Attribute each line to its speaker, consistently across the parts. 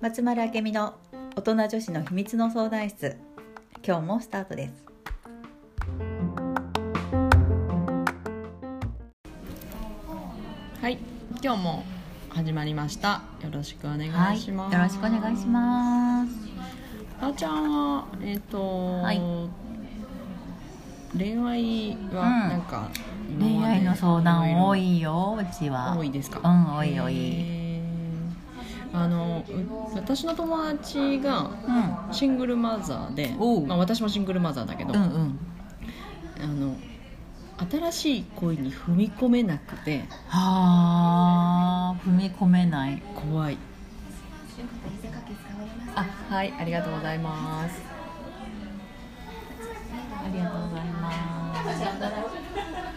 Speaker 1: 松丸明美の大人女子の秘密の相談室今日もスタートです
Speaker 2: はい、今日も始まりました。よろしくお願いします。
Speaker 1: よろしくお願いします
Speaker 2: あーちゃんはえっ、と、
Speaker 1: はい
Speaker 2: 恋愛は
Speaker 1: うん
Speaker 2: なんか、
Speaker 1: 恋愛の相談多
Speaker 2: い
Speaker 1: いようちは
Speaker 2: 多いですか。
Speaker 1: うん多い多い
Speaker 2: へーあのう私の友達が
Speaker 1: う
Speaker 2: シングルマザーで
Speaker 1: おう、
Speaker 2: まあ私もシングルマザーだけど、
Speaker 1: んうんうん
Speaker 2: あの新しい恋に踏み込めなくて
Speaker 1: はあ踏み込めない
Speaker 2: 怖い。あ、はい、ありがとうございます。
Speaker 1: ありがとうございます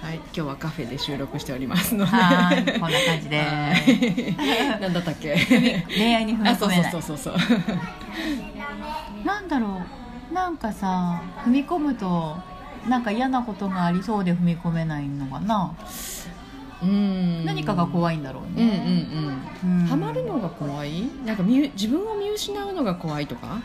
Speaker 2: はい、今日はカフェで収録しておりますので。
Speaker 1: はーいこんな感じで
Speaker 2: はいなんだったっけ。
Speaker 1: 恋愛に踏み
Speaker 2: あ、そ
Speaker 1: 込
Speaker 2: う
Speaker 1: めない
Speaker 2: そうそうそうそう。
Speaker 1: なんだろうなんかさ踏み込むとなんか嫌なことがありそうで踏み込めないのかな
Speaker 2: うん。
Speaker 1: 何かが
Speaker 2: い。
Speaker 1: 怖いんだろう
Speaker 2: うんうん
Speaker 1: ね、
Speaker 2: う
Speaker 1: うん
Speaker 2: ん。ハマるのが怖い。なんか見う自分を見失うのが怖いとか。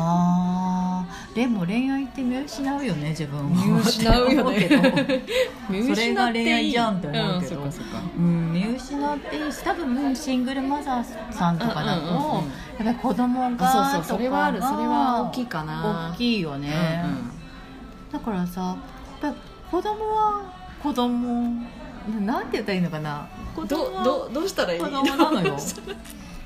Speaker 1: あーでも恋愛って見失うよね自分を
Speaker 2: 見失うよ
Speaker 1: って思うけど
Speaker 2: ね。見失っていい
Speaker 1: それが恋愛じゃんって思うけど
Speaker 2: うん、そっかそっか。
Speaker 1: うん、見失っていいし多分シングルマザーさんとかだと、
Speaker 2: うんうんうんうん
Speaker 1: やっぱり子供がとか
Speaker 2: あ
Speaker 1: が
Speaker 2: そうそうそれはあるそれは大きいかな
Speaker 1: 大きいよね、だからさやっぱ子供は子供ななんて言ったらいいのかな
Speaker 2: う
Speaker 1: 子
Speaker 2: んうん。
Speaker 1: 供
Speaker 2: ど
Speaker 1: は
Speaker 2: どどうしたらいい？
Speaker 1: 子供なのよ
Speaker 2: どうしたらいい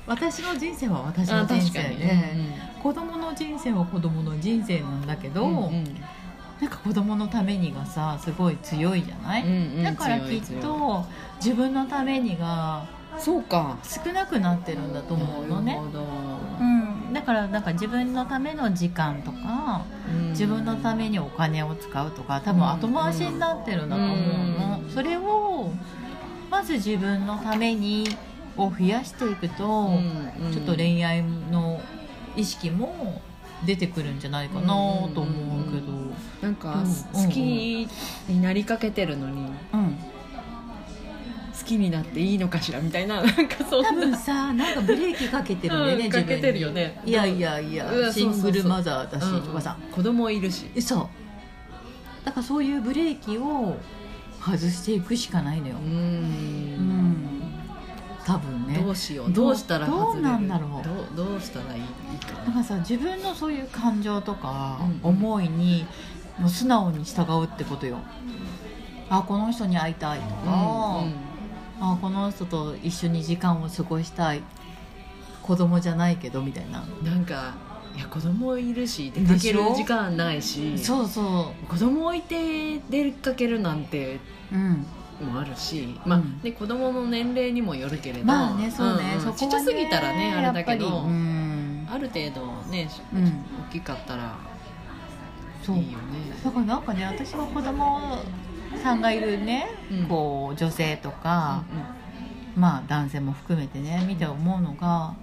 Speaker 1: 私の人生は私
Speaker 2: あ
Speaker 1: の人
Speaker 2: 確
Speaker 1: 生
Speaker 2: か
Speaker 1: で、
Speaker 2: にね。
Speaker 1: 子供の人生は子供の人生なんだけど、
Speaker 2: うんうん
Speaker 1: なんか子供のためにがさすごい強いじゃない、
Speaker 2: うんうん
Speaker 1: だからきっ
Speaker 2: 強い強
Speaker 1: と自分のためにが
Speaker 2: いそうか。
Speaker 1: 少なくなってるんだと思うの
Speaker 2: な
Speaker 1: ね
Speaker 2: る、ほど
Speaker 1: うん、だからなんか自分のための時間とか
Speaker 2: うん
Speaker 1: 自分のためにお金を使うとか多分後回しになってるんだと思うの、
Speaker 2: うん
Speaker 1: それをまず自分のためにを増やしていくと、
Speaker 2: うんうん
Speaker 1: ちょっと恋愛の意識も出てくるんじゃないかなと思うけど、
Speaker 2: う
Speaker 1: うんん
Speaker 2: なんか、
Speaker 1: うん
Speaker 2: 好きになりかけてるのに好きになっていいのかしらみたいな なんかそんな
Speaker 1: 多分さなんかブレーキかけてるんだよね、
Speaker 2: うん
Speaker 1: 自分に
Speaker 2: かけてるよね
Speaker 1: いやいやいや
Speaker 2: うわ
Speaker 1: シング
Speaker 2: そうそう
Speaker 1: ル
Speaker 2: そう
Speaker 1: マザーだしとかさ、
Speaker 2: 子供いるし
Speaker 1: そうだからそういうブレーキを外していくしかないのよ、
Speaker 2: うん、
Speaker 1: 多分ね
Speaker 2: どうしようどうしたら外れる
Speaker 1: どうなんだろう
Speaker 2: どうどうしたらいいか
Speaker 1: だ
Speaker 2: な
Speaker 1: からさ自分のそういう感情とか
Speaker 2: うんうん
Speaker 1: 思いにもう素直に従うってことよあこの人に会いたいとか、あこの人と一緒に時間を過ごしたい子供じゃないけどみたいな、
Speaker 2: うんなんかいや子供いるし出かける
Speaker 1: でしょ
Speaker 2: 時間ないし
Speaker 1: そうそ
Speaker 2: 子供置いて出かけるなんて
Speaker 1: ううん
Speaker 2: もあるし、まあ
Speaker 1: うん
Speaker 2: ね、子供の年齢にもよるけれど
Speaker 1: まあねそうね、
Speaker 2: ん
Speaker 1: そこはね
Speaker 2: ちっちゃすぎたらねあれだけど、
Speaker 1: やっぱりうん、
Speaker 2: ある程度ね、
Speaker 1: うん
Speaker 2: 大きかったらい
Speaker 1: そう
Speaker 2: いよね
Speaker 1: だからなんかね私は子供さんがいるね、
Speaker 2: うん
Speaker 1: こう女性とか、
Speaker 2: う
Speaker 1: まあ男性も含めてね見て思うのが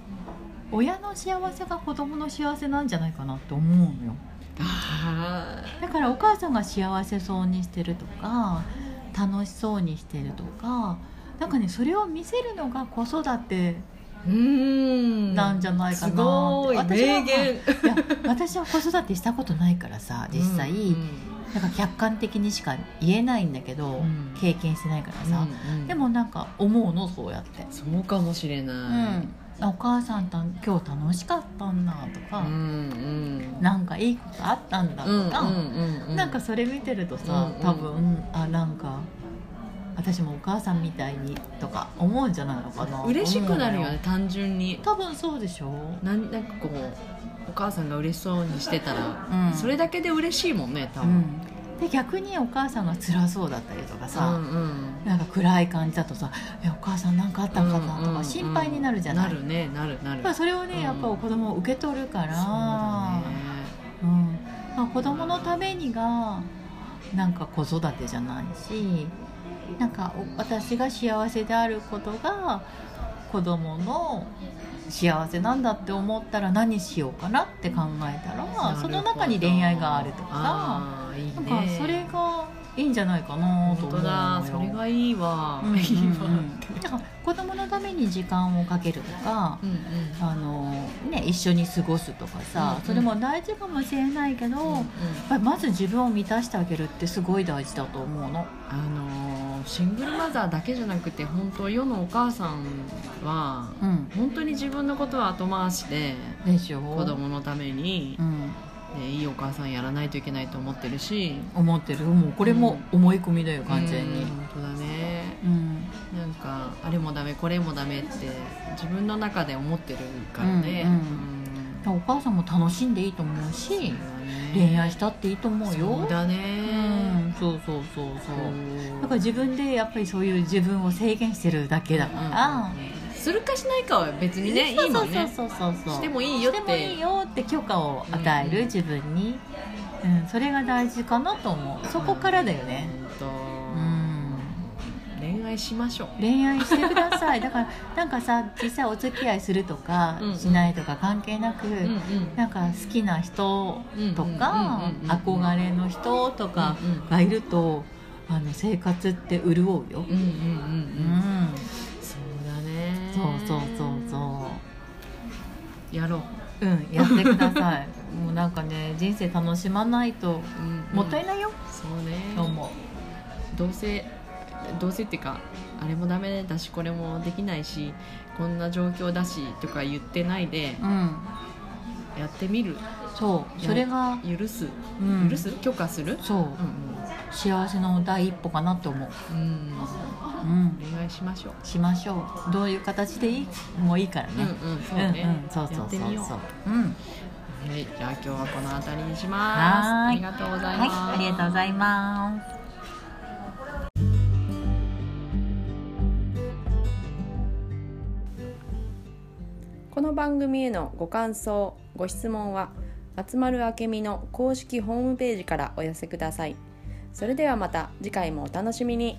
Speaker 1: 親の幸せが子供の幸せなんじゃないかなって思うのよ
Speaker 2: んあー
Speaker 1: だからお母さんが幸せそうにしてるとか楽しそうにしてるとかなんかねそれを見せるのが子育て
Speaker 2: うーん
Speaker 1: なんじゃないかなって
Speaker 2: すごい
Speaker 1: 私は
Speaker 2: 名言
Speaker 1: いや私は子育てしたことないからさ実際、
Speaker 2: うん
Speaker 1: なんか客観的にしか言えないんだけど、
Speaker 2: うん
Speaker 1: 経験してないから
Speaker 2: う
Speaker 1: さ、
Speaker 2: んうん
Speaker 1: でもなんか思うのそうやって、
Speaker 2: そうかもしれな
Speaker 1: うん、お母さんた今日楽しかったんだと
Speaker 2: い、
Speaker 1: か、
Speaker 2: うん
Speaker 1: なんかいいことあったんだ
Speaker 2: うん
Speaker 1: とか、
Speaker 2: うんう
Speaker 1: なんかそれ見てるとさ、
Speaker 2: うん
Speaker 1: 多分あなんか私もお母さんみたいにとか思うんじゃないのかな
Speaker 2: 嬉しくなる
Speaker 1: 思
Speaker 2: よ
Speaker 1: うの
Speaker 2: ね単純に
Speaker 1: 多分そうでしょ、
Speaker 2: なんなんかこうお母さんが嬉しそうにしてたら、
Speaker 1: うん
Speaker 2: それだけで嬉しいもんね多
Speaker 1: う
Speaker 2: 分、
Speaker 1: ん、で逆にお母さんが辛そうだったりとかさ、
Speaker 2: うんうん
Speaker 1: なんか暗い感じだとさ「えお母さんなんかあったんかな」とか心配になるじゃない、
Speaker 2: なるねなるなる
Speaker 1: まあ、それをね、
Speaker 2: うん
Speaker 1: やっぱ子供を受け取るから
Speaker 2: そうだ
Speaker 1: うんまあ、子供のためにがなんか子育てじゃないしなんかお私が幸せであることが子供の幸せなんだって思ったら何しようかなって考えた
Speaker 2: なるほ
Speaker 1: ら
Speaker 2: ど
Speaker 1: その中に恋愛があるとかさ
Speaker 2: あーいい
Speaker 1: なん
Speaker 2: ね
Speaker 1: かそれがいいんじゃないかなと思
Speaker 2: 本
Speaker 1: う
Speaker 2: 当だそれがいいわ、
Speaker 1: うんうんうん
Speaker 2: いいわって
Speaker 1: だから子供のために時間をかけるとか、
Speaker 2: うんうん
Speaker 1: あのね、一緒に過ごすとかさ、
Speaker 2: うんうん
Speaker 1: それも大事かもしれないけど、
Speaker 2: うんう
Speaker 1: や
Speaker 2: ん
Speaker 1: っぱりまず自分を満たしてあげるってすごい大事だと思うの。
Speaker 2: あのーシングルマザーだけじゃなくて本当世のお母さんは
Speaker 1: うん、
Speaker 2: 本当に自分のことは後回しで
Speaker 1: でしょ
Speaker 2: 子供のために
Speaker 1: う、ん
Speaker 2: ねいいお母さんやらないといけないと思ってるし
Speaker 1: 思ってるもうこれも思い込みだよ完全に
Speaker 2: うん、本当だね
Speaker 1: うん
Speaker 2: なんかあれもダメこれもダメって自分の中で思ってるからね、
Speaker 1: うんうんお母さんも楽しんでいいと思うし恋愛したっていいと思うよ
Speaker 2: そうだね
Speaker 1: う、んそうそうそうそう
Speaker 2: そう
Speaker 1: だから自分でやっぱりそういう自分を制限してるだけだから、
Speaker 2: するかしないかは別にねい
Speaker 1: そう
Speaker 2: いも
Speaker 1: そうん
Speaker 2: ね
Speaker 1: そうそうそう
Speaker 2: してもいいよって
Speaker 1: してもいいよって許可を与える、
Speaker 2: うん
Speaker 1: 自分に、うん、それが大事かなと思うそこからだよね、う
Speaker 2: うん
Speaker 1: ん、
Speaker 2: と恋愛しましょう
Speaker 1: 恋愛してくだ さいだからなんかさ実際お付き合いするとか
Speaker 2: うんうん
Speaker 1: しないとか関係なく、
Speaker 2: うんうん
Speaker 1: なんか好きな人とか
Speaker 2: うんうんうんうん
Speaker 1: 憧れの人とか
Speaker 2: うんうん
Speaker 1: がいるとあの生活って潤うよ、
Speaker 2: うんうん
Speaker 1: う
Speaker 2: うんうん
Speaker 1: ん、
Speaker 2: そうだね
Speaker 1: そうそうそうそう
Speaker 2: やろう
Speaker 1: ううんやってください もうなんかね人生楽しまないと
Speaker 2: うんうん
Speaker 1: もったいないよ、
Speaker 2: そうね
Speaker 1: と思
Speaker 2: どうせどうせっていうかあれもダメだしこれもできないしこんな状況だしとか言ってないで
Speaker 1: う、うん、
Speaker 2: やってみる
Speaker 1: そうそれが、
Speaker 2: 許す、
Speaker 1: うん、
Speaker 2: 許す許可する
Speaker 1: そう、
Speaker 2: う
Speaker 1: 幸せの第一歩かなと思う、
Speaker 2: んうん、
Speaker 1: うん、
Speaker 2: うん、恋愛しましょう
Speaker 1: しましょうどういう形でいいもういいから
Speaker 2: うん
Speaker 1: ね、
Speaker 2: うんそ
Speaker 1: う
Speaker 2: う
Speaker 1: んうん
Speaker 2: ね、
Speaker 1: そうそう
Speaker 2: や
Speaker 1: そ
Speaker 2: っ
Speaker 1: う
Speaker 2: てみよう
Speaker 1: そう、うん
Speaker 2: はいじゃあ今日はこの辺りにします
Speaker 1: は
Speaker 2: あ
Speaker 1: ーい
Speaker 2: りがとうござい
Speaker 1: はい、
Speaker 2: ます、
Speaker 1: ありがとうございます。
Speaker 3: この番組へのご感想ご質問は松丸あけみの公式ホームページからお寄せくださいそれではまた次回もお楽しみに